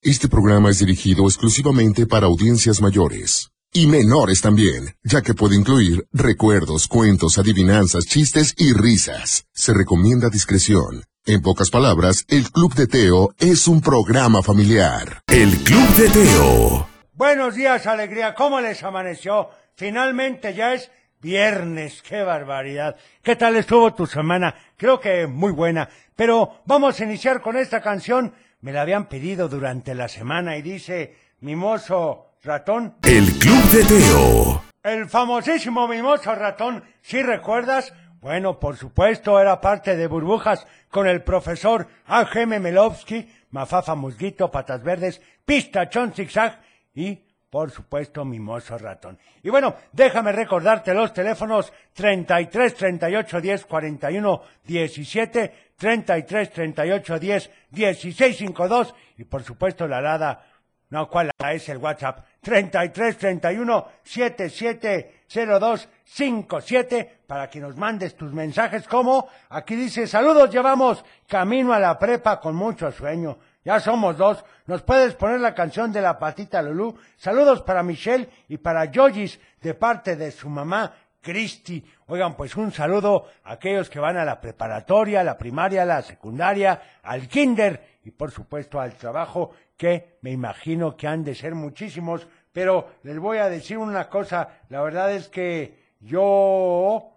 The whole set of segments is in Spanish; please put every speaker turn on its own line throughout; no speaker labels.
Este programa es dirigido exclusivamente para audiencias mayores. Y menores también, ya que puede incluir recuerdos, cuentos, adivinanzas, chistes y risas. Se recomienda discreción. En pocas palabras, el Club de Teo es un programa familiar.
El Club de Teo.
Buenos días, alegría. ¿Cómo les amaneció? Finalmente ya es viernes. ¡Qué barbaridad! ¿Qué tal estuvo tu semana? Creo que muy buena. Pero vamos a iniciar con esta canción. Me la habían pedido durante la semana y dice, mimoso ratón.
El Club de Teo.
El famosísimo mimoso ratón, ¿sí recuerdas? Bueno, por supuesto, era parte de Burbujas con el profesor A.G.M. Melowski, Mafafa Musguito, Patas Verdes, Pistachón Zigzag y, por supuesto, Mimoso Ratón. Y bueno, déjame recordarte los teléfonos 33 38 10 41 17, 33 38 10 16 52 y, por supuesto, la alada, no, ¿cuál alada? es el WhatsApp? 33 31 77 02 57 para que nos mandes tus mensajes como aquí dice saludos llevamos camino a la prepa con mucho sueño ya somos dos nos puedes poner la canción de la patita Lulú saludos para Michelle y para Yoyis de parte de su mamá Cristi oigan pues un saludo a aquellos que van a la preparatoria a la primaria a la secundaria al kinder y por supuesto al trabajo que me imagino que han de ser muchísimos pero les voy a decir una cosa, la verdad es que yo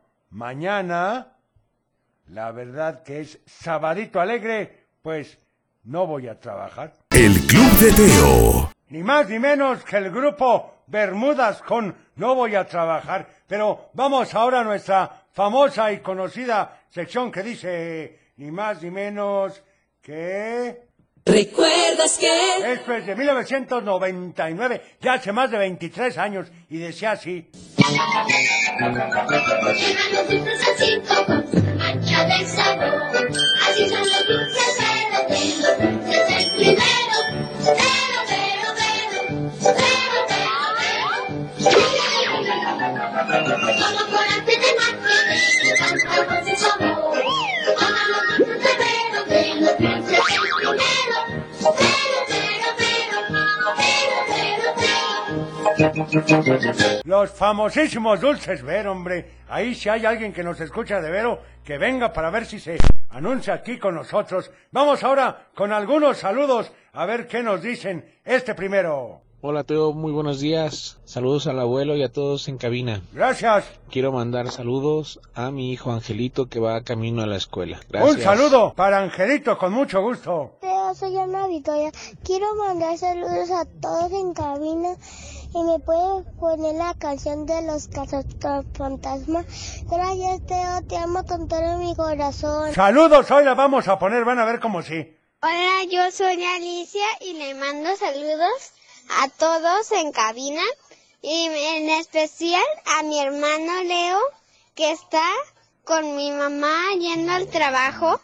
mañana, la verdad que es sabadito alegre, pues no voy a trabajar.
El Club de Teo.
Ni más ni menos que el grupo Bermudas con No voy a trabajar. Pero vamos ahora a nuestra famosa y conocida sección que dice ni más ni menos que...
¿Recuerdas que?
Esto es de 1999, ya hace más de 23 años, y decía así. Los famosísimos dulces ver, hombre. Ahí si hay alguien que nos escucha de vero, que venga para ver si se anuncia aquí con nosotros. Vamos ahora con algunos saludos a ver qué nos dicen. Este primero.
Hola Teo, muy buenos días. Saludos al abuelo y a todos en cabina.
Gracias.
Quiero mandar saludos a mi hijo Angelito que va camino a la escuela. Gracias.
Un saludo para Angelito con mucho gusto.
Teo, soy Ana Victoria. Quiero mandar saludos a todos en cabina. Y me puede poner la canción de los fantasmas. Gracias, Teo. Te amo con todo mi corazón.
Saludos, hoy la vamos a poner. Van a ver cómo sí.
Hola, yo soy Alicia y le mando saludos a todos en cabina y en especial a mi hermano Leo que está con mi mamá yendo al trabajo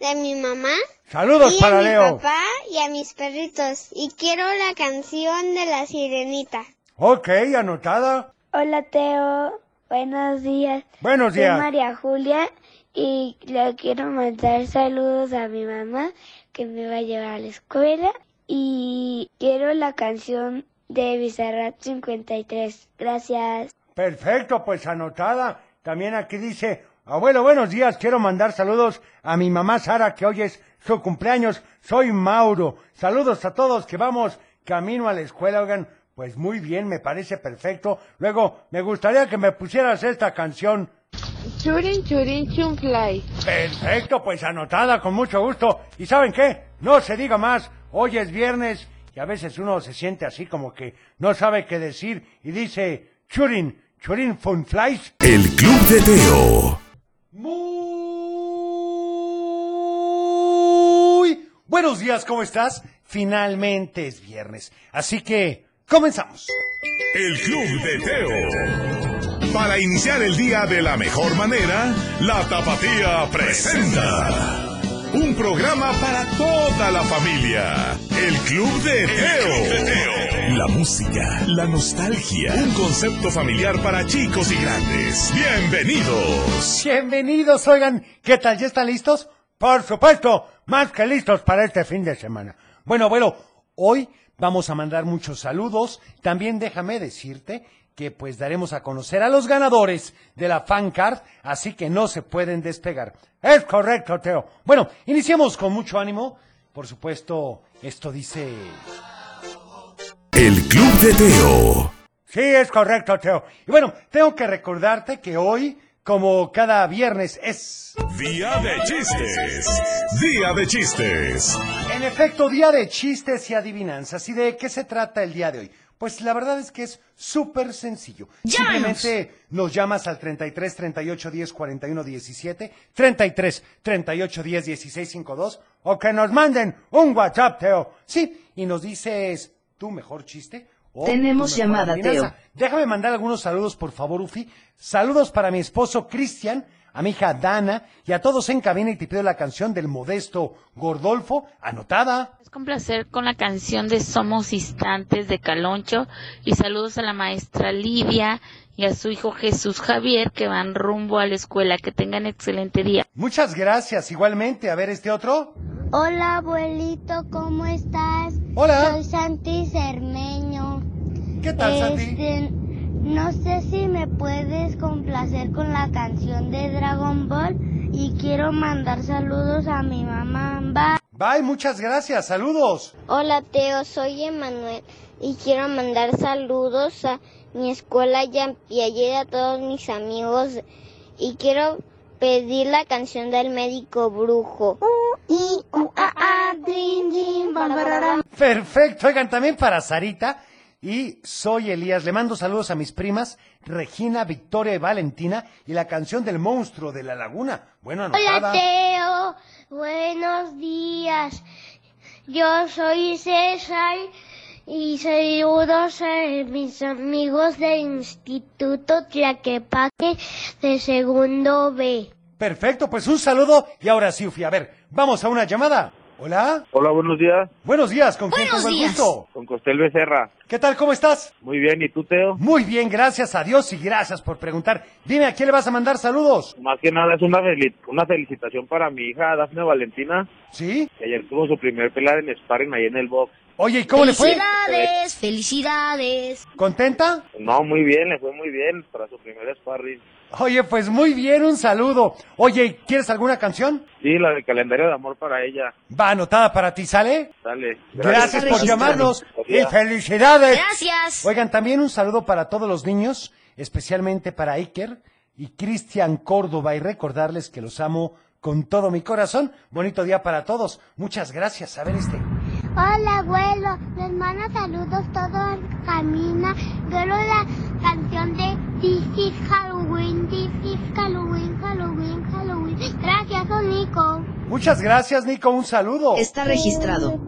de mi mamá
Saludos
y
para
a mi
Leo.
papá y a mis perritos y quiero la canción de la sirenita.
Ok, anotada.
Hola Teo, buenos días.
Buenos días.
Soy María Julia y le quiero mandar saludos a mi mamá que me va a llevar a la escuela y quiero la canción de Bizarrap 53. Gracias.
Perfecto, pues anotada. También aquí dice, abuelo, buenos días, quiero mandar saludos a mi mamá Sara, que hoy es su cumpleaños. Soy Mauro. Saludos a todos que vamos camino a la escuela, oigan. Pues muy bien, me parece perfecto. Luego, me gustaría que me pusieras esta canción.
Churin churin chunfly.
Perfecto, pues anotada con mucho gusto. ¿Y saben qué? No se diga más. Hoy es viernes y a veces uno se siente así como que no sabe qué decir y dice, Churin, Churin Funflies.
El Club de Teo.
Muy buenos días, ¿cómo estás? Finalmente es viernes, así que comenzamos.
El Club de Teo. Para iniciar el día de la mejor manera, la Tapatía presenta un programa para toda la familia. El Club de Teo. La música, la nostalgia, un concepto familiar para chicos y grandes. Bienvenidos.
Bienvenidos, oigan, ¿qué tal? ¿Ya están listos? Por supuesto, más que listos para este fin de semana. Bueno, bueno, hoy. Vamos a mandar muchos saludos. También déjame decirte que pues daremos a conocer a los ganadores de la fan card, así que no se pueden despegar. Es correcto, Teo. Bueno, iniciamos con mucho ánimo. Por supuesto, esto dice...
El Club de Teo.
Sí, es correcto, Teo. Y bueno, tengo que recordarte que hoy, como cada viernes, es...
Día de chistes. Día de chistes.
En efecto, día de chistes y adivinanzas. ¿Y de qué se trata el día de hoy? Pues la verdad es que es súper sencillo. Simplemente nos llamas al 33 38 10 41 17, 33 38 10 16 52, o que nos manden un WhatsApp, Teo. Sí, y nos dices tu mejor chiste. o tu
Tenemos
mejor
llamada,
adivinanza.
Teo.
Déjame mandar algunos saludos, por favor, Ufi. Saludos para mi esposo Cristian, a mi hija Dana y a todos en cabina y te pido la canción del modesto Gordolfo, anotada.
Es con placer con la canción de Somos Instantes de Caloncho y saludos a la maestra Livia y a su hijo Jesús Javier que van rumbo a la escuela. Que tengan excelente día.
Muchas gracias, igualmente. A ver este otro.
Hola abuelito, ¿cómo estás?
Hola.
Soy Santi Cermeño.
¿Qué tal,
Este
Santi?
Santi? No sé si me puedes complacer con la canción de Dragon Ball y quiero mandar saludos a mi mamá. Bye.
Bye, muchas gracias, saludos.
Hola Teo, soy Emanuel y quiero mandar saludos a mi escuela y a, y ayer a todos mis amigos y quiero pedir la canción del médico brujo. y
Perfecto, oigan, también para Sarita y soy Elías. Le mando saludos a mis primas Regina, Victoria y Valentina y la canción del monstruo de la laguna. Bueno,
Hola
anotada.
Teo, buenos días. Yo soy César y saludos a mis amigos del Instituto Tlaquepaque de segundo B.
Perfecto, pues un saludo y ahora sí, Ufi, a ver, vamos a una llamada. Hola,
Hola, buenos días.
buenos días, ¿con quién tengo el gusto?
Con Costel Becerra.
¿Qué tal, cómo estás?
Muy bien, ¿y tú, Teo?
Muy bien, gracias a Dios y gracias por preguntar. Dime, ¿a quién le vas a mandar saludos?
Más que nada es una, fel- una felicitación para mi hija Dafne Valentina,
¿Sí?
que ayer tuvo su primer pelea en sparring ahí en el box.
Oye, ¿y cómo le fue?
Felicidades, felicidades.
¿Contenta?
No, muy bien, le fue muy bien para su primer sparring.
Oye, pues muy bien, un saludo. Oye, ¿quieres alguna canción?
Sí, la del calendario de amor para ella.
Va anotada para ti, ¿sale?
Dale.
Gracias, por
Registrado.
llamarnos y
Gracias.
felicidades.
Gracias.
Oigan, también un saludo para todos los niños, especialmente para Iker y Cristian Córdoba, y recordarles que los amo con todo mi corazón. Bonito día para todos. Muchas gracias. A ver este.
Hola abuelo, les mando saludos todo en camina. Quiero la canción de This is Halloween, This is Halloween, Halloween, Halloween. Gracias, Nico.
Muchas gracias, Nico. Un saludo.
Está registrado.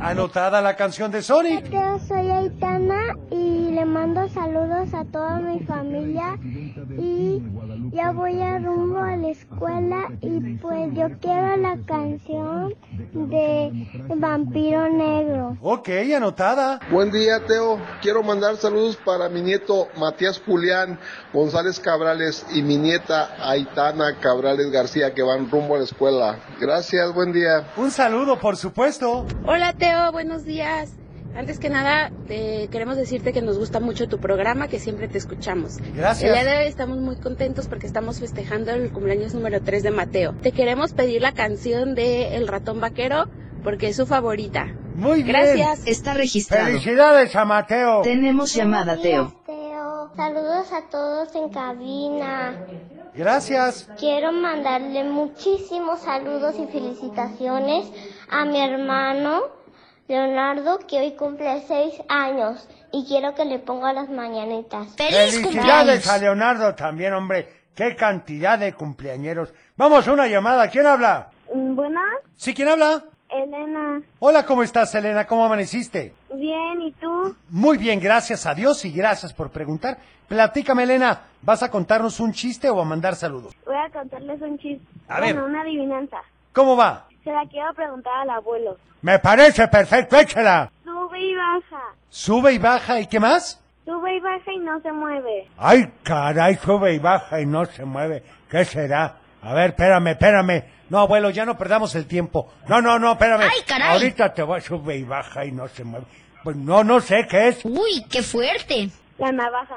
Anotada la canción de Sonic.
Yo soy Aitana y le mando saludos a toda mi familia y ya voy a rumbo a la escuela y pues yo quiero la canción de Vampiro Negro.
Ok, anotada.
Buen día, Teo. Quiero mandar saludos para mi nieto Matías Julián González Cabrales y mi nieta Aitana Cabrales García que van rumbo a la escuela. Gracias, buen día.
Un saludo, por supuesto.
Hola Teo, buenos días. Antes que nada, te queremos decirte que nos gusta mucho tu programa, que siempre te escuchamos. El día
Gracias.
de hoy estamos muy contentos porque estamos festejando el cumpleaños número 3 de Mateo. Te queremos pedir la canción de El ratón vaquero porque es su favorita.
Muy bien.
Gracias.
Está registrado.
Felicidades a Mateo.
Tenemos llamada, Teo.
Saludos a todos en cabina.
Gracias.
Quiero mandarle muchísimos saludos y felicitaciones a mi hermano Leonardo, que hoy cumple seis años, y quiero que le ponga las mañanitas.
Felicidades a Leonardo también, hombre. Qué cantidad de cumpleañeros. Vamos a una llamada. ¿Quién habla?
Buenas,
¿Sí, quién habla?
Elena.
Hola, ¿cómo estás, Elena? ¿Cómo amaneciste?
Bien, ¿y tú?
Muy bien, gracias a Dios y gracias por preguntar. Platícame, Elena, ¿vas a contarnos un chiste o a mandar saludos?
Voy a contarles un chiste.
A ver.
una adivinanza.
¿Cómo va?
Se la quiero preguntar al abuelo.
Me parece perfecto, échala.
Sube y baja.
Sube y baja, ¿y qué más?
Sube y baja y no se mueve.
Ay, caray, sube y baja y no se mueve. ¿Qué será? A ver, espérame, espérame. No, abuelo, ya no perdamos el tiempo. No, no, no, espérame.
¡Ay, caray!
Ahorita te voy, sube y baja y no se mueve. Pues no, no sé qué es.
Uy, qué fuerte.
La navaja.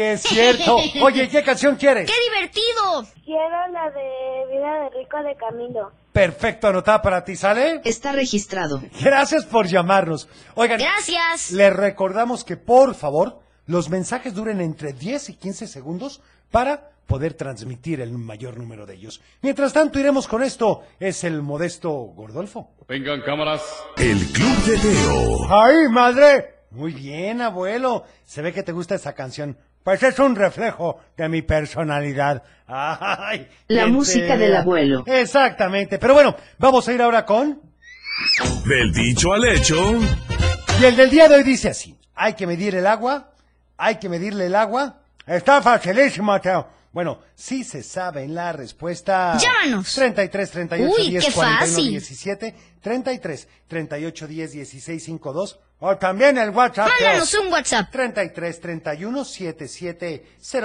es cierto! Oye, ¿qué canción quieres?
¡Qué divertido!
Quiero la de Vida de Rico de Camilo.
Perfecto, anotada para ti, ¿sale?
Está registrado.
Gracias por llamarnos. Oigan,
Gracias.
les recordamos que por favor los mensajes duren entre 10 y 15 segundos para poder transmitir el mayor número de ellos. Mientras tanto, iremos con esto. Es el modesto Gordolfo.
Vengan cámaras.
El Club de Teo.
¡Ay, madre! Muy bien, abuelo. Se ve que te gusta esa canción. Pues es un reflejo de mi personalidad. Ay,
La
qué
música del abuelo.
Exactamente. Pero bueno, vamos a ir ahora con...
Del dicho al hecho.
Y el del día de hoy dice así. Hay que medir el agua. Hay que medirle el agua. Está facilísimo, Teo. Bueno, si se sabe la respuesta...
Llámanos.
33 38
Uy,
10
qué
41
fácil.
17 33 38 10 16 52 o también el WhatsApp. Teo.
Mándanos un WhatsApp.
33 31 77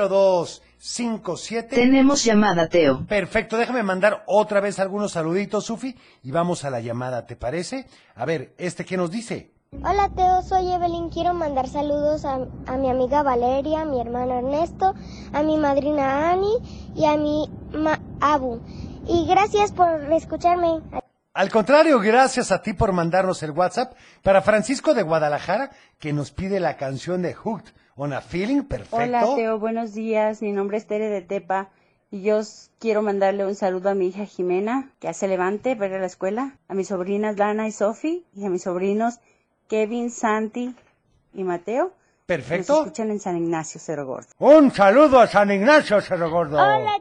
02 57.
Tenemos llamada, Teo.
Perfecto, déjame mandar otra vez algunos saluditos, Sufi, y vamos a la llamada, ¿te parece? A ver, ¿este qué nos dice?
Hola Teo, soy Evelyn. Quiero mandar saludos a, a mi amiga Valeria, a mi hermano Ernesto, a mi madrina Ani y a mi ma Abu. Y gracias por escucharme.
Al contrario, gracias a ti por mandarnos el WhatsApp para Francisco de Guadalajara, que nos pide la canción de Hooked on a Feeling Perfecto.
Hola Teo, buenos días. Mi nombre es Tere de Tepa y yo s- quiero mandarle un saludo a mi hija Jimena, que hace levante para ir a la escuela, a mis sobrinas Lana y Sofi y a mis sobrinos Kevin, Santi y Mateo. que Nos
Perfecto.
escuchan en San Ignacio, Cerro Gordo.
Un saludo a San Ignacio Cerro Gordo.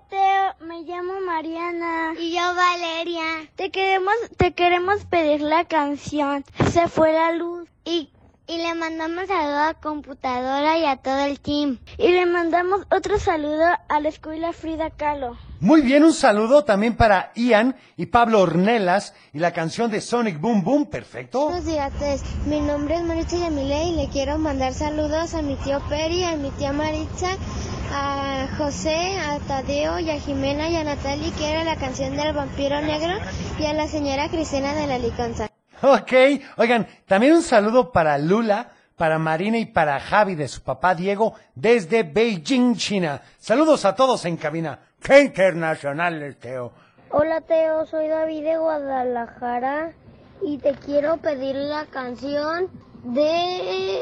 Teo, me llamo Mariana. Y yo Valeria. Te queremos, te queremos pedir la canción. Se fue la luz. Y, y le mandamos saludo a computadora y a todo el team. Y le mandamos otro saludo a la escuela Frida Kahlo.
Muy bien, un saludo también para Ian y Pablo Ornelas y la canción de Sonic Boom Boom, perfecto.
Buenos días, Tess. Mi nombre es Maritza Yamile y le quiero mandar saludos a mi tío Peri, a mi tía Maritza, a José, a Tadeo y a Jimena y a Natalie, que era la canción del vampiro negro, y a la señora Cristina de la Liconza.
Ok, oigan, también un saludo para Lula, para Marina y para Javi de su papá Diego desde Beijing, China. Saludos a todos en cabina. ¡Qué internacional, Teo!
Hola, Teo. Soy David de Guadalajara y te quiero pedir la canción de...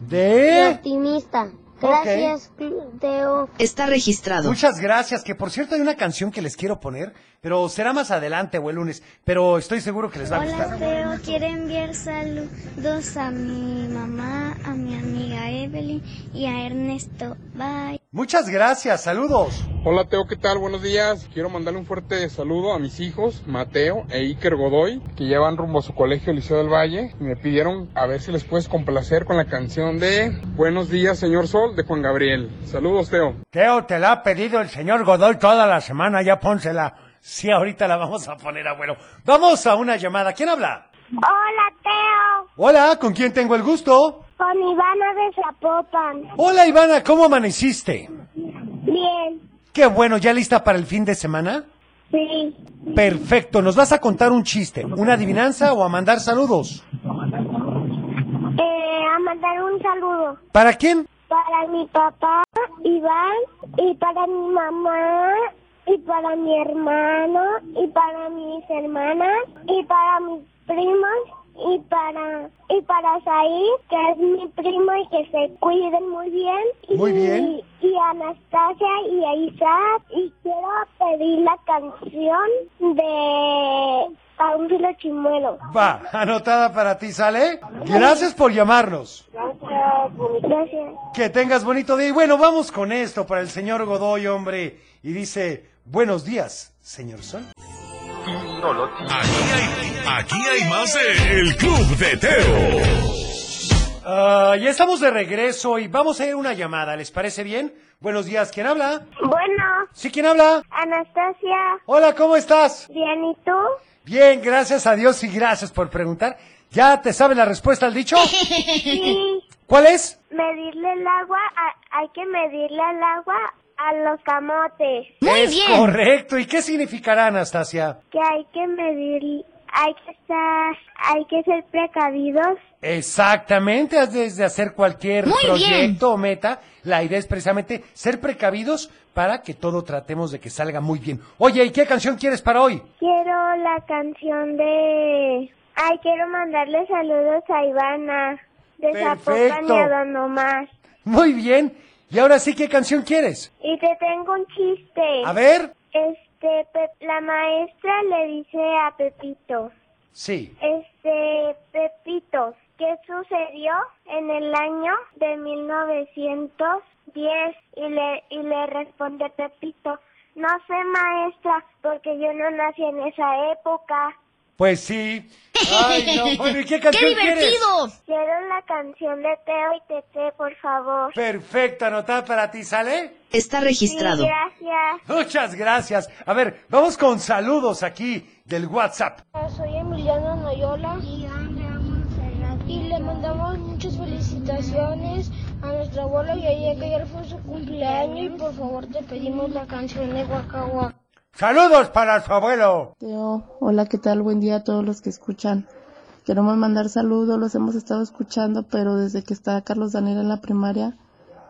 ¿De?
Optimista.
Gracias,
Teo.
Está registrado.
Muchas gracias, que por cierto hay una canción que les quiero poner, pero será más adelante o el lunes, pero estoy seguro que les va a
Hola,
gustar.
Teo. Quiero enviar saludos a mi mamá, a mi amiga Evelyn y a Ernesto. Bye.
Muchas gracias, saludos.
Hola Teo, ¿qué tal? Buenos días. Quiero mandarle un fuerte saludo a mis hijos, Mateo e Iker Godoy, que ya van rumbo a su colegio Liceo del Valle. Me pidieron a ver si les puedes complacer con la canción de Buenos días, señor Sol, de Juan Gabriel. Saludos, Teo.
Teo, te la ha pedido el señor Godoy toda la semana, ya pónsela. Sí, ahorita la vamos a poner, abuelo. Vamos a una llamada. ¿Quién habla?
Hola, Teo.
Hola, ¿con quién tengo el gusto?
Con Ivana de Zapopan.
Hola Ivana, ¿cómo amaneciste?
Bien.
Qué bueno, ¿ya lista para el fin de semana?
Sí.
Perfecto, ¿nos vas a contar un chiste, una adivinanza o a mandar saludos?
Eh, a mandar un saludo
¿Para quién?
para mi papá, Iván, y para mi mamá, y para mi hermano, y para mis hermanas, y para mis primos. Y para, y para Said, que es mi primo y que se cuiden muy bien.
Muy
Y-
bien.
Y a Anastasia y a Isaac. Y quiero pedir la canción de Paulino Chimuelo.
Va, anotada para ti, ¿sale? Gracias por llamarnos.
Gracias.
Que tengas bonito día. Y bueno, vamos con esto para el señor Godoy, hombre. Y dice, buenos días, señor Sol.
Aquí hay, aquí hay más de El Club de Teo.
Ah, ya estamos de regreso y vamos a ir a una llamada, ¿les parece bien? Buenos días, ¿quién habla?
Bueno,
¿Sí, quién habla?
Anastasia,
Hola, ¿cómo estás?
bien, ¿y tú?
Bien, gracias a Dios y gracias por preguntar. ¿Ya te sabes la respuesta al dicho?
Sí,
¿Cuál es?
medirle el agua, a- hay que medirle al agua a los camotes.
es correcto. ¿Y qué significará, Anastasia?
Que hay que medir, hay que estar, hay que ser precavidos.
Exactamente, has de de hacer cualquier
Muy bien.
proyecto o meta. La idea es precisamente ser precavidos para que todo tratemos de que salga muy bien. Oye, ¿y qué canción quieres para hoy?
Quiero la canción de... Ay, quiero mandarle saludos a Ivana, de Zapopan y
Perfecto.
a Don Omar.
Muy bien. ¿Y ahora sí qué canción quieres?
Y te tengo un chiste.
A ver.
Este, Pe- la maestra le dice a Pepito,
Sí.
este, Pepito, ¿qué sucedió en el año de 1910? Y le, y le responde Pepito, no sé maestra, porque yo no nací en esa época.
Pues sí. Ay, no. Bueno, ¿y qué canción quieres?
Quiero la canción de Teo y Tete, por favor.
Perfecto, anotada para ti, ¿sale?
Está
Sí, gracias.
Muchas gracias. A ver, vamos con saludos aquí del WhatsApp.
Soy Emiliano Noyola y le mandamos muchas felicitaciones a nuestro abuelo Yeye que ayer fue su cumpleaños y por favor te pedimos la canción de Waka Waka.
Saludos para su abuelo.
Teo, hola, ¿qué tal? Buen día a todos los que escuchan. Queremos mandar saludos, los hemos estado escuchando, pero desde que está Carlos Daniel en la primaria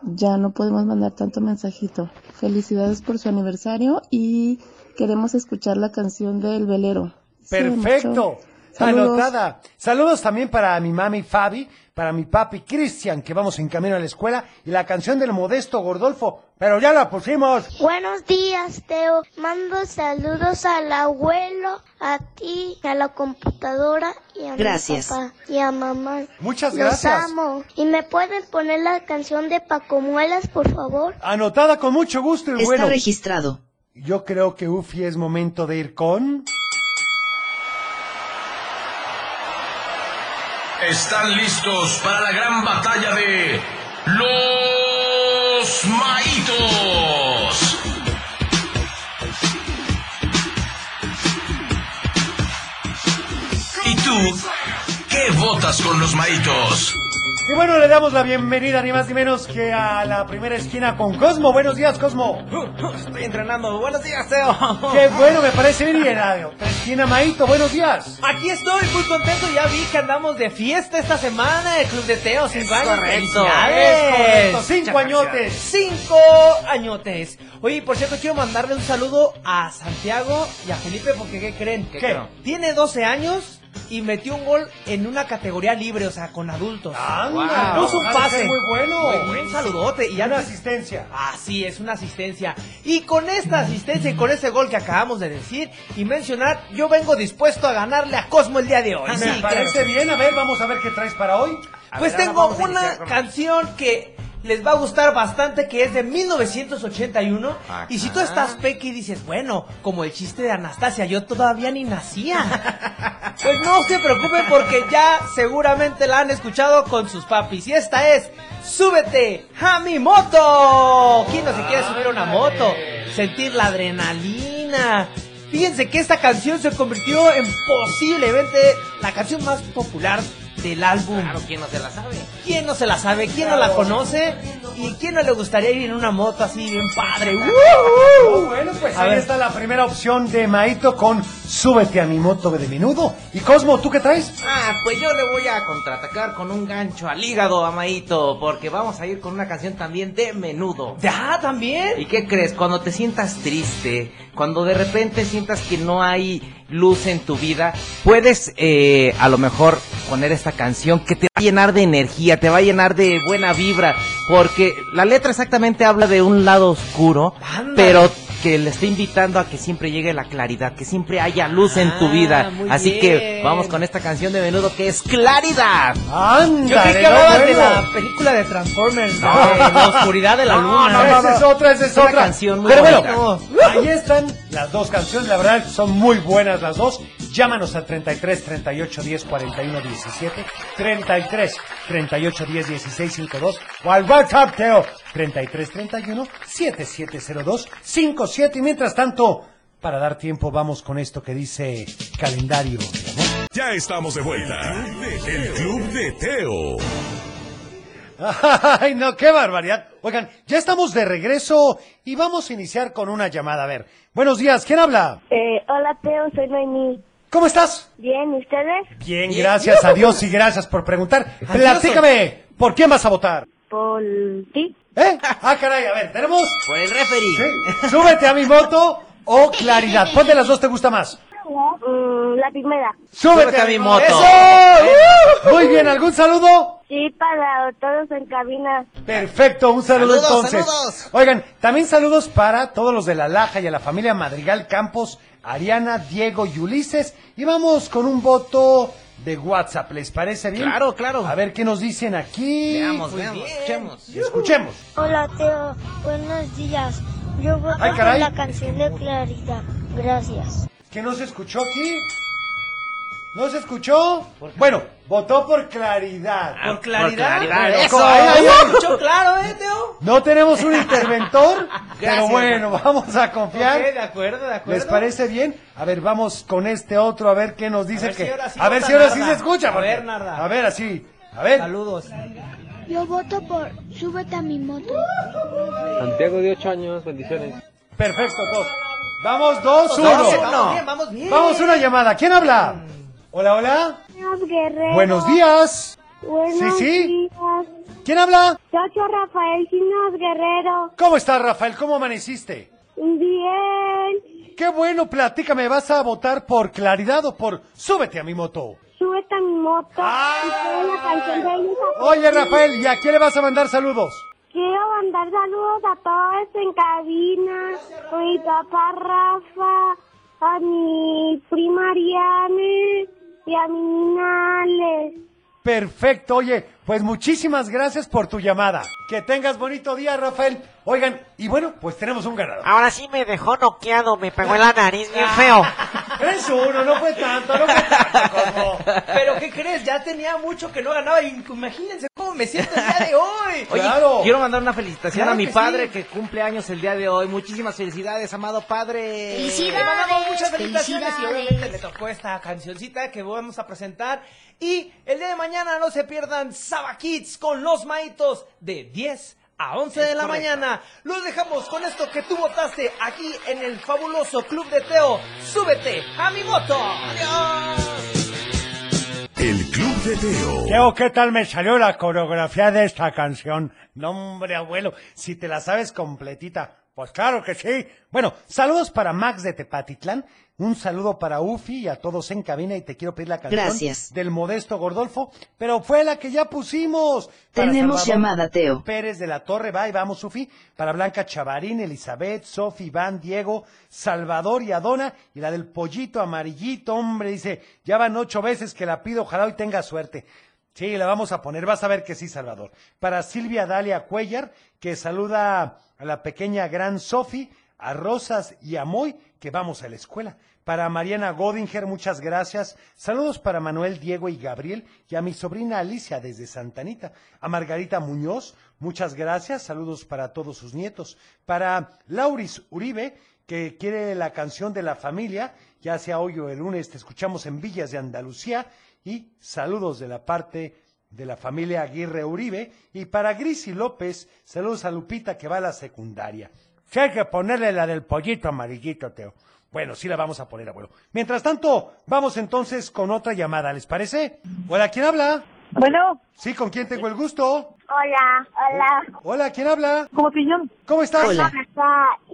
ya no podemos mandar tanto mensajito. Felicidades por su aniversario y queremos escuchar la canción del velero. Sí,
Perfecto.
mucho. Saludos.
Anotada. Saludos también para mi mami Fabi, para mi papi Cristian, que vamos en camino a la escuela, y la canción del modesto Gordolfo, pero ya la pusimos.
Buenos días, Teo. Mando saludos al abuelo, a ti, a la computadora y a
Gracias.
mi papá y a mamá.
Muchas
Los
gracias.
amo. ¿Y me pueden poner la canción de Paco Muelas, por favor?
Anotada con mucho gusto y
Está
bueno.
registrado.
Yo creo que Ufi es momento de ir con.
Están listos para la gran batalla de los maitos. ¿Y tú qué votas con los maitos?
Y bueno, le damos la bienvenida ni más ni menos que a la primera esquina con Cosmo. Buenos días, Cosmo.
Estoy entrenando. Buenos días, Teo.
Qué bueno, me parece bien. Y en la otra esquina, Maito, buenos días.
Aquí estoy, muy contento. Ya vi que andamos de fiesta esta semana. El Club de Teo, cinco años.
correcto,
Felicidades.
es correcto, cinco
Muchas gracias.
añotes.
Cinco añotes. Oye, por cierto, quiero mandarle un saludo a Santiago y a Felipe porque, ¿qué creen?
¿Qué creo?
Tiene 12 años y metió un gol en una categoría libre, o sea, con adultos.
Anda,
Puso un
ha de ser
pase.
muy bueno.
Muy buen saludote. Y ya
Una
no-
asistencia.
Así es, una asistencia. Y con esta asistencia y con ese gol que acabamos de decir y mencionar, yo vengo dispuesto a ganarle a Cosmo el día de hoy.
Me
Sí,
parece
claro.
bien, a ver, vamos a ver qué traes para hoy. Ah, A
Pues
ver, ahora
tengo
vamos a
una
iniciar con-
canción que les va a gustar bastante, que es de 1981.
Ah,
Y si tú estás pequi y dices, bueno, como el chiste de Anastasia, yo todavía ni nacía. pues no se preocupen porque ya seguramente la han escuchado con sus papis. Y esta es, súbete a mi moto. ¿Quién no se quiere subir a una moto? Sentir la adrenalina. Fíjense que esta canción se convirtió en posiblemente la canción más popular del álbum.
Claro, ¿quién no se la sabe?
¿Quién no se la sabe? ¿Quién no la
Claro.
conoce? ¿Y quién no le gustaría ir en una moto así bien padre? ¡Uh!
Oh, bueno, pues
A
ahí
ver.
está la primera opción de Maito con Súbete a mi moto de menudo. Y Cosmo, ¿tú qué traes?
Ah, pues yo le voy a contraatacar con un gancho al hígado, Amadito, porque vamos a ir con una canción también de menudo.
Ah,
¿Ya también?
¿Y qué crees? Cuando te sientas triste, cuando de repente sientas que no hay luz en tu vida, puedes eh, a lo mejor poner esta canción que te va a llenar de energía, te va a llenar de buena vibra, porque la letra exactamente habla de un lado oscuro,
Ándale.
pero que le está invitando a que siempre llegue la claridad, que siempre haya luz en tu
Ah,
vida.
muy
Así que
bien.
vamos con esta canción de menudo que es Claridad.
¡Anda!
Yo creí que hablabas de la película de Transformers,
No,
de la
no.
oscuridad de la
No,
luna.
no, no,
Esa es otra, esa es
Una
otra.
canción muy
Pero
bonita.
bueno, ahí están las dos canciones, la verdad son muy buenas las dos. Llámanos al 33 38 10 41 17, 33 38 10 16 52 o al WhatsApp Teo 33 31 7702 57. Y mientras tanto, para dar tiempo, vamos con esto que dice calendario.
Ya estamos de vuelta. El Club de Teo.
Ay, no, qué barbaridad. Oigan, ya estamos de regreso y vamos a iniciar con una llamada. A ver, buenos días, ¿quién habla?
Eh, hola, Teo, soy Noemí.
¿Cómo estás?
Bien, ¿y ustedes?
Bien, gracias a Dios y gracias por preguntar. Platícame, ¿por quién vas a votar?
Por ti.
¿Eh? Ah, caray, a ver, tenemos...
Por el referee.
Sí. Súbete a mi moto o claridad. ¿Cuál de las dos te gusta más?
Mm, la primera.
Súbete, a mi moto. ¡Eso! Muy bien, ¿algún saludo?
Sí, para todos en cabina.
Perfecto, un saludo
Saludos,
entonces.
saludos.
Oigan, también saludos para todos los de la Laja y a la familia Madrigal Campos, Ariana, Diego y Ulises. Y vamos con un voto de WhatsApp, ¿les parece bien?
Claro, claro.
A ver qué nos dicen aquí.
Veamos,
Muy
veamos,
bien.
escuchemos.
Escuchemos.
Hola Teo, buenos días. Yo voto
Ay,
por
caray.
la canción de Claridad. Gracias.
¿Que no se escuchó aquí? ¿No se escuchó? Bueno, votó por claridad.
Por claridad.
Bueno,
Eso.
co- ahí- ahí-
Lo escuchó claro, ¿eh, Teo?
No tenemos un interventor, pero
Gracias.
bueno, vamos a confiar.
Ok, de acuerdo, de acuerdo.
¿Les parece bien? A ver, vamos con este otro a ver qué nos dice
A ver
que.
si ahora sí
a ver
vota,
si ahora sí
Narda.
se escucha.
A
porque-
ver, Narda.
A ver, así. A ver.
Saludos.
Yo voto por Súbete a mi moto.
Santiago de 8 años, bendiciones.
Perfecto, dos. Vamos, dos, uno.
Vamos, vamos bien, vamos bien. Mm.
Vamos, una llamada. ¿Quién habla? Hola, hola.
Buenos Guerrero.
Buenos días.
Buenos
Sí, sí.
días.
¿Quién habla?
Chacho Rafael Quiñones Guerrero.
¿Cómo estás, Rafael? ¿Cómo amaneciste?
Bien.
Qué bueno, platícame. ¿Vas a votar por claridad o por súbete a mi moto?
Súbete a mi moto. Y pon la canción de Elisa.
Ah. Oye, Rafael, ¿y a quién le vas a mandar saludos?
Quiero mandar saludos a todos en cabina, a mi papá Rafa, a mi prima Ariane y a mi nina Ale.
Perfecto, oye, pues muchísimas gracias por tu llamada. Que tengas bonito día, Rafael. Oigan, y bueno, pues tenemos un ganador.
Ahora sí me dejó noqueado, me pegó en la nariz bien feo.
Eres uno, no fue tanto, no fue tanto. Cosmo.
Pero ¿qué crees? Ya tenía mucho que no ganaba. y Imagínense cómo me siento el día de hoy.
Oye,
Claro.
quiero mandar una felicitación
Claro
a mi
que sí.
padre que cumple años el día de hoy. Muchísimas felicidades, amado padre.
Le mandamos muchas felicitaciones y obviamente le tocó esta cancioncita que vamos a presentar. Y el día de mañana no se pierdan Saba Kids con los maitos de 10 a 11 de la
correcto.
mañana. Los dejamos con esto que tú votaste aquí en el fabuloso Club de Teo. ¡Súbete a mi moto!
El Club de Teo.
Teo, ¿qué tal me salió la coreografía de esta canción? No, hombre, abuelo, si te la sabes completita. Pues claro que sí. Bueno, saludos para Max de Tepatitlán, un saludo para Ufi y a todos en cabina y te quiero pedir la canción
Gracias.
del modesto Gordolfo, pero fue la que ya pusimos. Para
Tenemos
Salvador
llamada, Teo.
Pérez de la Torre, va y vamos, Ufi, para Blanca Chavarín, Elizabeth, Sofi, Iván, Diego, Salvador y Adona, y la del pollito amarillito, hombre, dice, ya van ocho veces que la pido, ojalá hoy tenga suerte. Sí, la vamos a poner, vas a ver que sí, Salvador. Para Silvia Dalia Cuellar, que saluda a la pequeña gran Sofi, a Rosas y a Moy, que vamos a la escuela. Para Mariana Godinger, muchas gracias. Saludos para Manuel, Diego y Gabriel y a mi sobrina Alicia desde Santanita. A Margarita Muñoz, muchas gracias. Saludos para todos sus nietos. Para Lauris Uribe, que quiere la canción de la familia, ya sea hoy o el lunes, te escuchamos en Villas de Andalucía. Y saludos de la parte de la familia Aguirre Uribe y para Grisi López, saludos a Lupita que va a la secundaria. Si hay que ponerle la del pollito amarillito, Teo. Bueno, sí la vamos a poner, abuelo. Mientras tanto, vamos entonces con otra llamada, ¿les parece? Hola, ¿quién habla?
Bueno.
Sí, ¿con quién tengo el gusto?
Hola, hola.
Hola, ¿quién habla?
¿Cómo te llamas?
¿Cómo estás?
Acá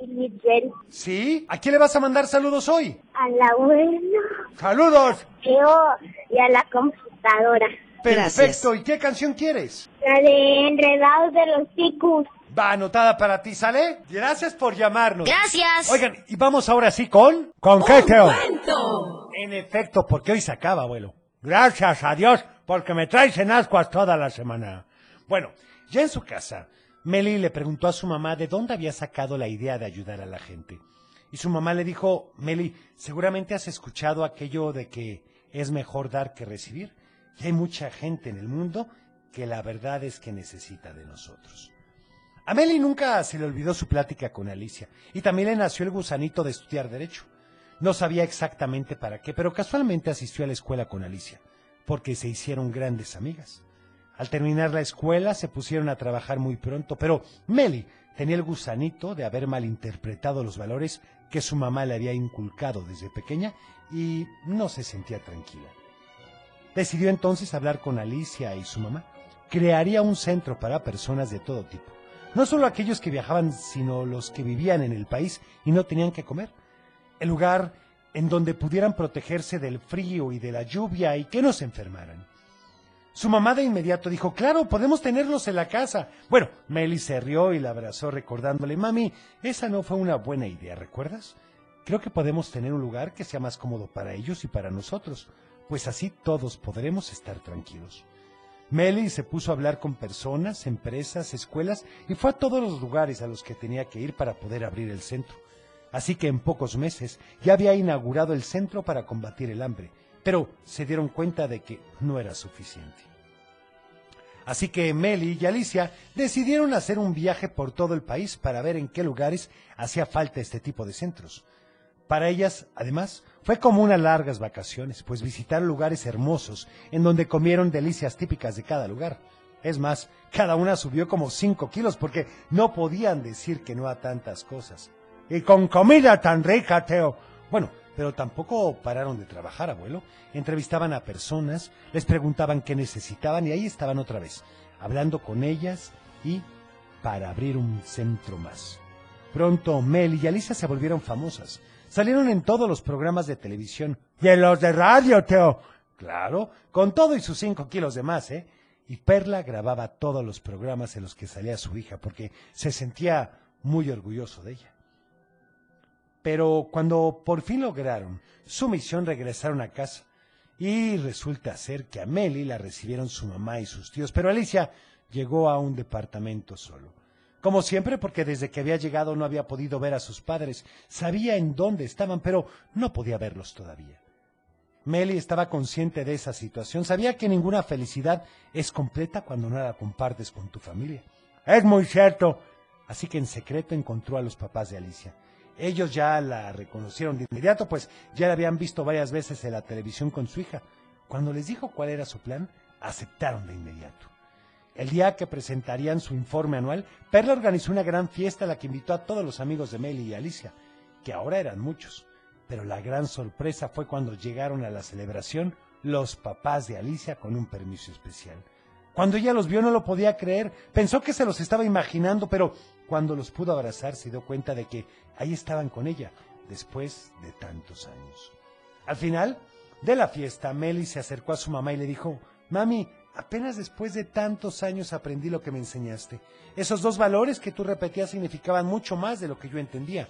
Miguel,
¿Sí? ¿A quién le vas a mandar saludos hoy?
a la abuela,
¡Saludos!
Teo y a la computadora.
Perfecto, ¿y qué canción quieres?
La de Enredados de los Chicos.
Va anotada para ti, ¿sale? Gracias por llamarnos.
Gracias.
Oigan, y vamos ahora sí con... ¿Con qué, Teo? En efecto, porque hoy se acaba, abuelo. Gracias a Dios, porque me traes en ascuas toda la semana. Bueno, ya en su casa, Meli le preguntó a su mamá de dónde había sacado la idea de ayudar a la gente. Y su mamá le dijo, Meli, seguramente has escuchado aquello de que es mejor dar que recibir. Y hay mucha gente en el mundo que la verdad es que necesita de nosotros. A Meli nunca se le olvidó su plática con Alicia y también le nació el gusanito de estudiar derecho. No sabía exactamente para qué, pero casualmente asistió a la escuela con Alicia, porque se hicieron grandes amigas. Al terminar la escuela se pusieron a trabajar muy pronto, pero Meli tenía el gusanito de haber malinterpretado los valores que su mamá le había inculcado desde pequeña y no se sentía tranquila. Decidió entonces hablar con Alicia y su mamá. Crearía un centro para personas de todo tipo. No solo aquellos que viajaban, sino los que vivían en el país y no tenían que comer. El lugar en donde pudieran protegerse del frío y de la lluvia y que no se enfermaran. Su mamá de inmediato dijo, claro, podemos tenerlos en la casa. Bueno, Meli se rió y la abrazó recordándole, mami, esa no fue una buena idea, ¿recuerdas? Creo que podemos tener un lugar que sea más cómodo para ellos y para nosotros, pues así todos podremos estar tranquilos. Meli se puso a hablar con personas, empresas, escuelas y fue a todos los lugares a los que tenía que ir para poder abrir el centro. Así que en pocos meses ya había inaugurado el centro para combatir el hambre, pero se dieron cuenta de que no era suficiente. Así que Meli y Alicia decidieron hacer un viaje por todo el país para ver en qué lugares hacía falta este tipo de centros. Para ellas, además, fue como unas largas vacaciones, pues visitaron lugares hermosos en donde comieron delicias típicas de cada lugar. Es más, cada una subió como 5 kilos porque no podían decir que no a tantas cosas. Y con comida tan rica, Teo. Bueno, pero tampoco pararon de trabajar, abuelo. Entrevistaban a personas, les preguntaban qué necesitaban y ahí estaban otra vez, hablando con ellas y para abrir un centro más. Pronto Mel y Alicia se volvieron famosas. Salieron en todos los programas de televisión. Y en los de radio, Teo. Claro, con todo y sus cinco kilos de más, ¿eh? Y Perla grababa todos los programas en los que salía su hija porque se sentía muy orgulloso de ella. Pero cuando por fin lograron su misión regresaron a casa y resulta ser que a Meli la recibieron su mamá y sus tíos, pero Alicia llegó a un departamento solo. Como siempre, porque desde que había llegado no había podido ver a sus padres, sabía en dónde estaban, pero no podía verlos todavía. Meli estaba consciente de esa situación, sabía que ninguna felicidad es completa cuando no la compartes con tu familia. Es muy cierto. Así que en secreto encontró a los papás de Alicia. Ellos ya la reconocieron de inmediato, pues ya la habían visto varias veces en la televisión con su hija. Cuando les dijo cuál era su plan, aceptaron de inmediato. El día que presentarían su informe anual, Perla organizó una gran fiesta a la que invitó a todos los amigos de Meli y Alicia, que ahora eran muchos. Pero la gran sorpresa fue cuando llegaron a la celebración los papás de Alicia con un permiso especial. Cuando ella los vio no lo podía creer, pensó que se los estaba imaginando, pero cuando los pudo abrazar se dio cuenta de que ahí estaban con ella después de tantos años. Al final de la fiesta, Meli se acercó a su mamá y le dijo, Mami, apenas después de tantos años aprendí lo que me enseñaste. Esos dos valores que tú repetías significaban mucho más de lo que yo entendía.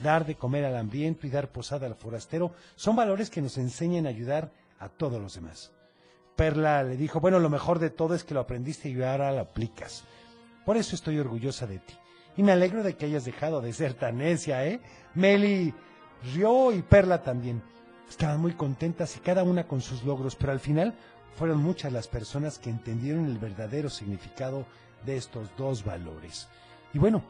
Dar de comer al hambriento y dar posada al forastero son valores que nos enseñan a ayudar a todos los demás. Perla le dijo, bueno, lo mejor de todo es que lo aprendiste y ahora lo aplicas. Por eso estoy orgullosa de ti. Y me alegro de que hayas dejado de ser tan necia, ¿eh? Meli rió y Perla también. Estaban muy contentas y cada una con sus logros, pero al final fueron muchas las personas que entendieron el verdadero significado de estos dos valores. Y bueno,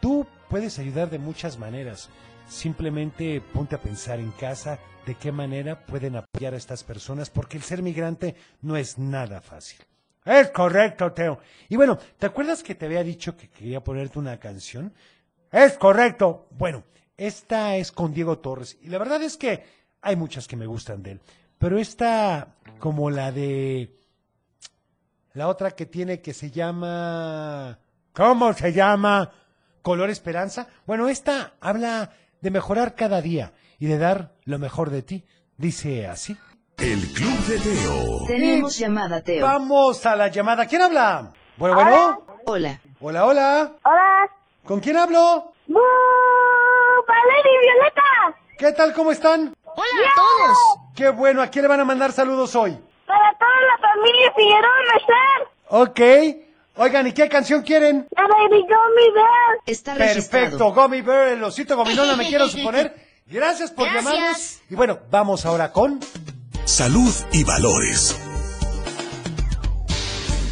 tú puedes ayudar de muchas maneras. Simplemente ponte a pensar en casa de qué manera pueden apoyar a estas personas, porque el ser migrante no es nada fácil. Es correcto, Teo. Y bueno, ¿te acuerdas que te había dicho que quería ponerte una canción? Es correcto. Bueno, esta es con Diego Torres. Y la verdad es que hay muchas que me gustan de él. Pero esta, como la de... La otra que tiene que se llama... ¿Cómo se llama? Color Esperanza. Bueno, esta habla de mejorar cada día y de dar lo mejor de ti. Dice así.
El Club de Teo.
Tenemos llamada, Teo.
Vamos a la llamada. ¿Quién habla? Bueno, bueno.
Hola.
Hola, hola.
Hola.
¿Con quién hablo?
¡Bú! ¡Valeria y Violeta!
¿Qué tal? ¿Cómo están?
¡Hola a todos!
Qué bueno. ¿A quién le van a mandar saludos hoy?
Para toda la familia Figueroa Messer.
Ok. Oigan, ¿y qué canción quieren?
La Baby Gummy Bear.
Está
Perfecto, Gummy Bear, el osito gominona me quiero suponer. Gracias por
Gracias.
llamarnos. Y bueno, vamos ahora con...
Salud y valores.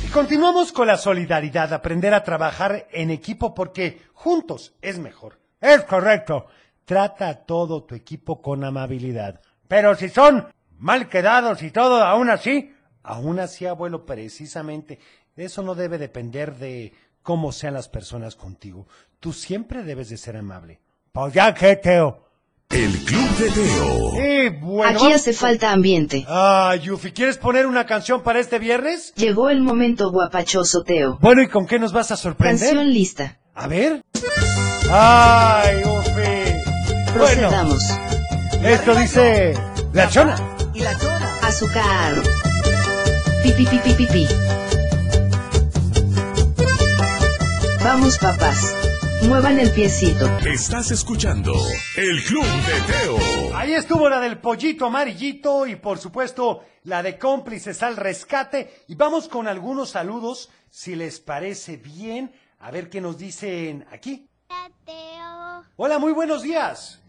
Y continuamos con la solidaridad, aprender a trabajar en equipo porque juntos es mejor. Es correcto. Trata a todo tu equipo con amabilidad. Pero si son mal quedados y todo, aún así, Aún así, abuelo, precisamente, eso no debe depender de cómo sean las personas contigo. Tú siempre debes de ser amable. Pues ya que, Teo.
El Club de Teo.
Y bueno.
Aquí hace falta ambiente.
Ah, Yufi, ¿quieres poner una canción para este viernes?
Llegó el momento guapachoso, Teo.
Bueno, ¿y con qué nos vas a sorprender?
Canción lista.
A ver. Ay, Yufi. Bueno,
Procedamos.
esto dice la chona.
Y la chona. Azúcar. Pi, pi, pi, pi, pi, pi. Vamos, papás. Muevan el piecito.
Estás escuchando El Club de Teo.
Ahí estuvo la del pollito amarillito y por supuesto la de cómplices al rescate. Y vamos con algunos saludos, si les parece bien, a ver qué nos dicen aquí.
Hola, Teo.
Hola, muy buenos días.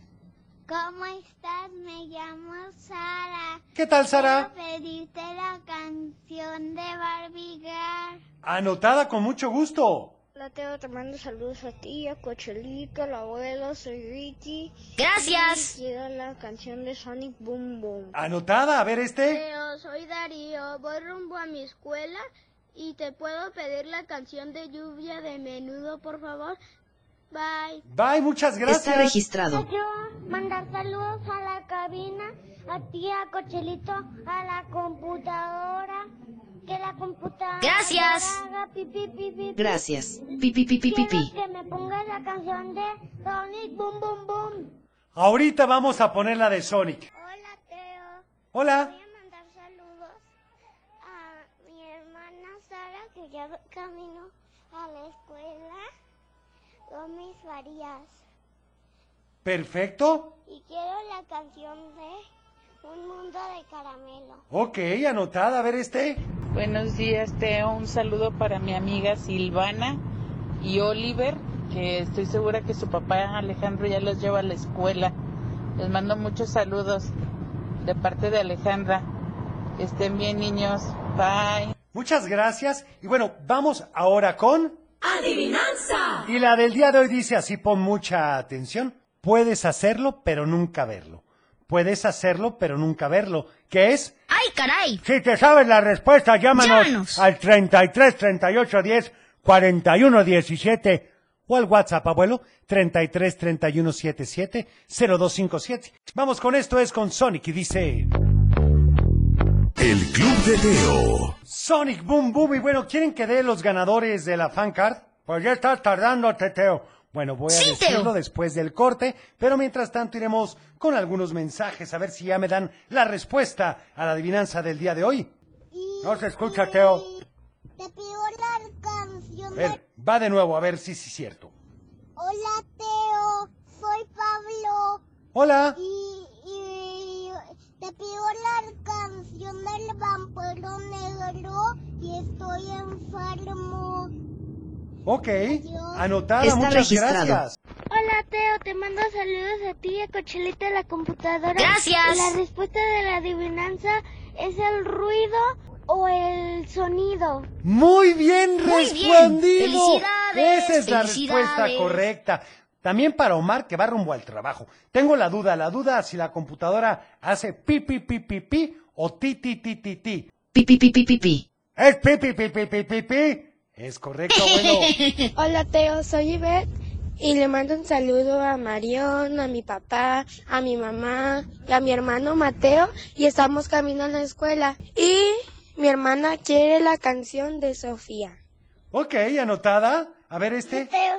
¿Cómo estás? Me llamo Sara.
¿Qué tal, Sara?
Quiero pedirte la canción de Barbie Girl.
Anotada con mucho gusto.
Hola Teo, te mando saludos a ti, a Cochelito, al abuelo, soy Ricky.
Gracias.
Y quiero la canción de Sonic Boom Boom.
Anotada, a ver este.
Teo, soy Darío, voy rumbo a mi escuela y te puedo pedir la canción de lluvia de menudo, por favor. Bye.
Bye, muchas gracias.
Está registrado.
Quiero mandar saludos a la cabina, a ti, a Cochelito, a la computadora. Que la computadora.
Gracias.
haga pi, pi, pi, pi, pi.
Gracias. Pi, pi, pi, pi, pi, pi.
Quiero que me pongas la canción de Sonic Boom Boom Boom.
Ahorita vamos a poner la de Sonic.
Hola, Teo.
Hola.
Voy a mandar saludos a mi hermana Sara, que ya camino a la escuela con mis varías.
Perfecto.
Y quiero la canción de Un Mundo de Caramelo.
Ok, anotada, a ver este.
Buenos días, Teo. Un saludo para mi amiga Silvana y Oliver, que estoy segura que su papá Alejandro ya los lleva a la escuela. Les mando muchos saludos de parte de Alejandra. Que estén bien, niños. Bye.
Muchas gracias. Y bueno, vamos ahora con...
Adivinanza.
Y la del día de hoy dice así, pon mucha atención. Puedes hacerlo, pero nunca verlo. Puedes hacerlo, pero nunca verlo. ¿Qué es?
¡Ay, caray!
Si te sabes la respuesta, llámanos, al 33 38 10 41 17 o al WhatsApp, abuelo, 33 31 77 0257. Vamos con esto, es con Sonic y dice...
El Club de Teo.
Sonic Boom Boom. Y bueno, ¿quieren que dé los ganadores de la fan card? Pues ya estás tardando, Teteo. Bueno, voy a
Sí, Teo.
decirlo después del corte, pero mientras tanto iremos con algunos mensajes a ver si ya me dan la respuesta a la adivinanza del día de hoy. No se escucha, Teo.
Te pido la canción
A ver, va de nuevo, a ver si sí es cierto.
Hola, Teo. Soy Pablo.
Hola.
Y, y te pido la canción del vampiro negro y estoy enfermo.
Ok. Anotada,
Está
muchas
registrado.
gracias.
Hola Teo, te mando saludos a ti y a Cochelita de la computadora.
Gracias.
La respuesta de la adivinanza es el ruido o el sonido.
Muy bien
Muy bien.
respondido.
Felicidades,
Esa es la
felicidades.
respuesta correcta. También para Omar que va rumbo al trabajo. Tengo la duda, la duda si la computadora hace pi pi pi pi pi o ti ti ti ti ti.
Pi, pi, pi, pi, pi, pi.
Es pi pi pi pi pi pi pi. Es correcto, bueno.
Hola Teo, soy Ivette y le mando un saludo a Marión, a mi papá, a mi mamá y a mi hermano Mateo y estamos camino a la escuela. Y mi hermana quiere la canción de Sofía.
Ok, anotada. A ver este.
Teo,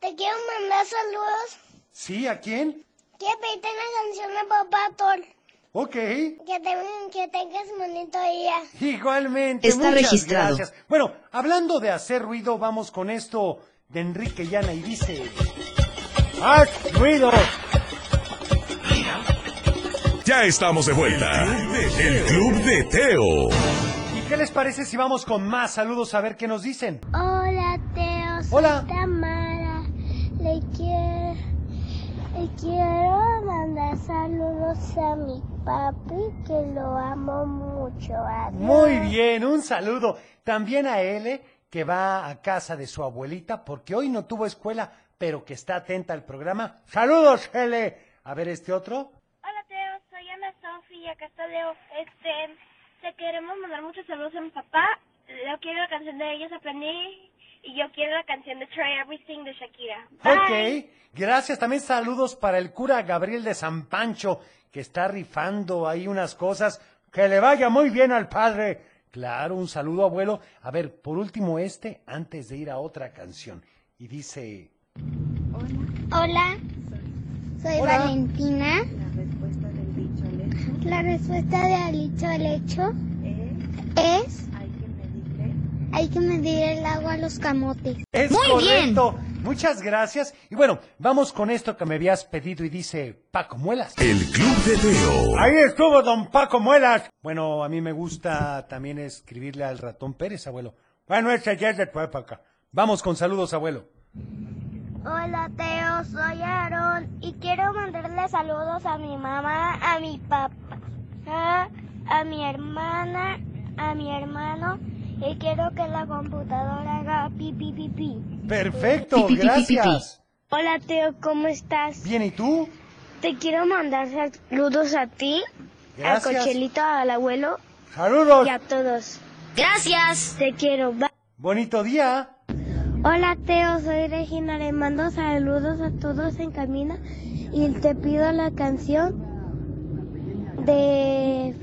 te quiero mandar saludos.
Sí, ¿a quién?
Quiero pedirte una canción de Papá Thor.
Ok.
Que, te, que tengas bonito día.
Igualmente.
Está
muchas
registrado.
Gracias. Bueno, hablando de hacer ruido, vamos con esto de Enrique Llana y dice... ¡Haz ruido!
Ya estamos de vuelta. El Club de Teo.
¿Y qué les parece si vamos con más saludos a ver qué nos dicen?
Hola, Teo. Soy
Hola.
Tamara. Le quiero, le quiero mandar saludos a mi papi, que lo amo mucho. Adiós.
Muy bien, un saludo. También a L, que va a casa de su abuelita porque hoy no tuvo escuela, pero que está atenta al programa. ¡Saludos, L! A ver este otro.
Hola Teo, soy Ana Sofía Castaleo. Este,
Te queremos mandar muchos saludos a mi papá. Yo quiero la canción de Ellos Aprendí y yo quiero la canción de Try Everything de Shakira.
Ok, gracias. También saludos para el cura Gabriel de San Pancho, que está rifando ahí unas cosas. Que le vaya muy bien al padre. Claro, un saludo, abuelo. A ver, por último este, antes de ir a otra canción. Y dice...
Hola, soy
Hola.
Valentina. La respuesta del dicho al hecho es... Hay que medir el agua a los camotes.
Es correcto. Muchas gracias. Y bueno, vamos con esto que me habías pedido y dice Paco Muelas.
El Club de Teo.
Ahí estuvo don Paco Muelas. Bueno, a mí me gusta también escribirle al ratón Pérez, abuelo. Bueno, ese ya es de tu época. Vamos con saludos, abuelo.
Hola Teo, soy Aaron y quiero mandarle saludos a mi mamá, a mi papá, a mi hermana, a mi hermano y quiero que la computadora haga pipi pipi.
Perfecto, gracias.
Hola Teo, ¿cómo estás?
Bien, ¿y tú?
Te quiero mandar saludos a ti,
Gracias.
a Cochelito, al abuelo
Saludos.
y a todos. Gracias. Te quiero. Bye.
Bonito día.
Hola Teo, soy Regina, le mando saludos a todos en camino y te pido la canción de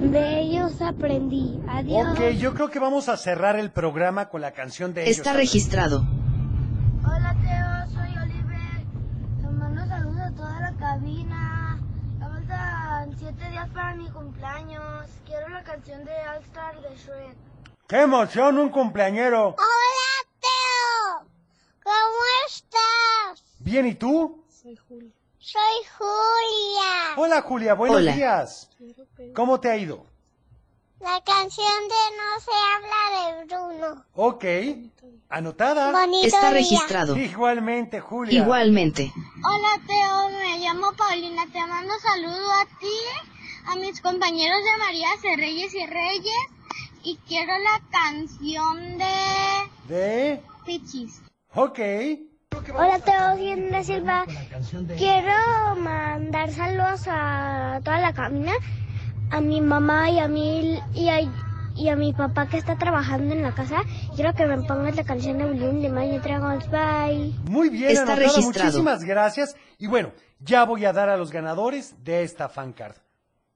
de ellos aprendí. Adiós.
Ok, yo creo que vamos a cerrar el programa con la canción de ellos.
Está registrado.
Hola Teo, soy Oliver. Te mando saludos a toda la cabina. Me faltan siete días para mi cumpleaños. Quiero la canción de All Star de Shrek.
¡Qué emoción, un cumpleañero!
Hola Teo, ¿cómo estás?
Bien, ¿y tú?
Soy Julia. Soy Julia.
Hola, Julia, buenos
Hola.
días. ¿Cómo te ha ido?
La canción de No se habla de Bruno.
Ok. Anotada.
Bonito Está día. registrado.
Igualmente, Julia.
Igualmente.
Hola Teo, me llamo Paulina, te mando saludo a ti, a mis compañeros de María C. Reyes y Reyes y quiero la canción de
De.
Pichis.
Ok.
Hola Teo, Gienda Silva, quiero mandar saludos a toda la cabina, a mi mamá y a mi, y a, y a mi papá que está trabajando en la casa. Quiero que me pongas la canción de Blue de Mayo Dragons, bye.
Muy bien,
Está
anotada.
registrado.
Muchísimas gracias. Y bueno, ya voy a dar a los ganadores de esta fancard.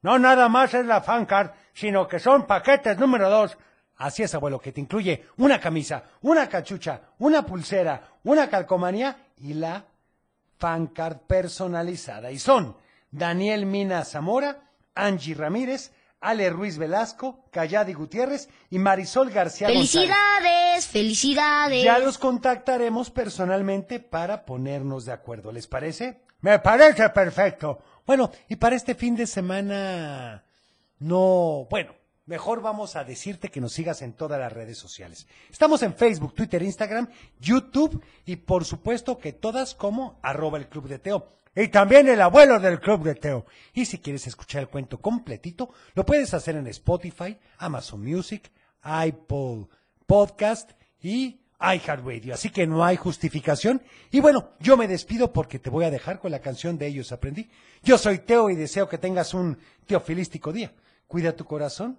No nada más es la fancard, sino que son paquetes número dos. Así es, abuelo, que te incluye una camisa, una cachucha, una pulsera, una calcomanía y la fancard personalizada. Y son Daniel Mina Zamora, Angie Ramírez, Ale Ruiz Velasco, Calladi Gutiérrez y Marisol García González.
Felicidades, felicidades.
Ya los contactaremos personalmente para ponernos de acuerdo, ¿les parece? Me parece perfecto. Bueno, y para este fin de semana... No, bueno, mejor vamos a decirte que nos sigas en todas las redes sociales. Estamos en Facebook, Twitter, Instagram, YouTube y por supuesto que todas como arroba el Club de Teo. Y también el abuelo del Club de Teo. Y si quieres escuchar el cuento completito, lo puedes hacer en Spotify, Amazon Music, iPod Podcast y iHeartRadio. Así que no hay justificación. Y bueno, yo me despido porque te voy a dejar con la canción de Ellos Aprendí. Yo soy Teo y deseo que tengas un teofilístico día. Cuida tu corazón.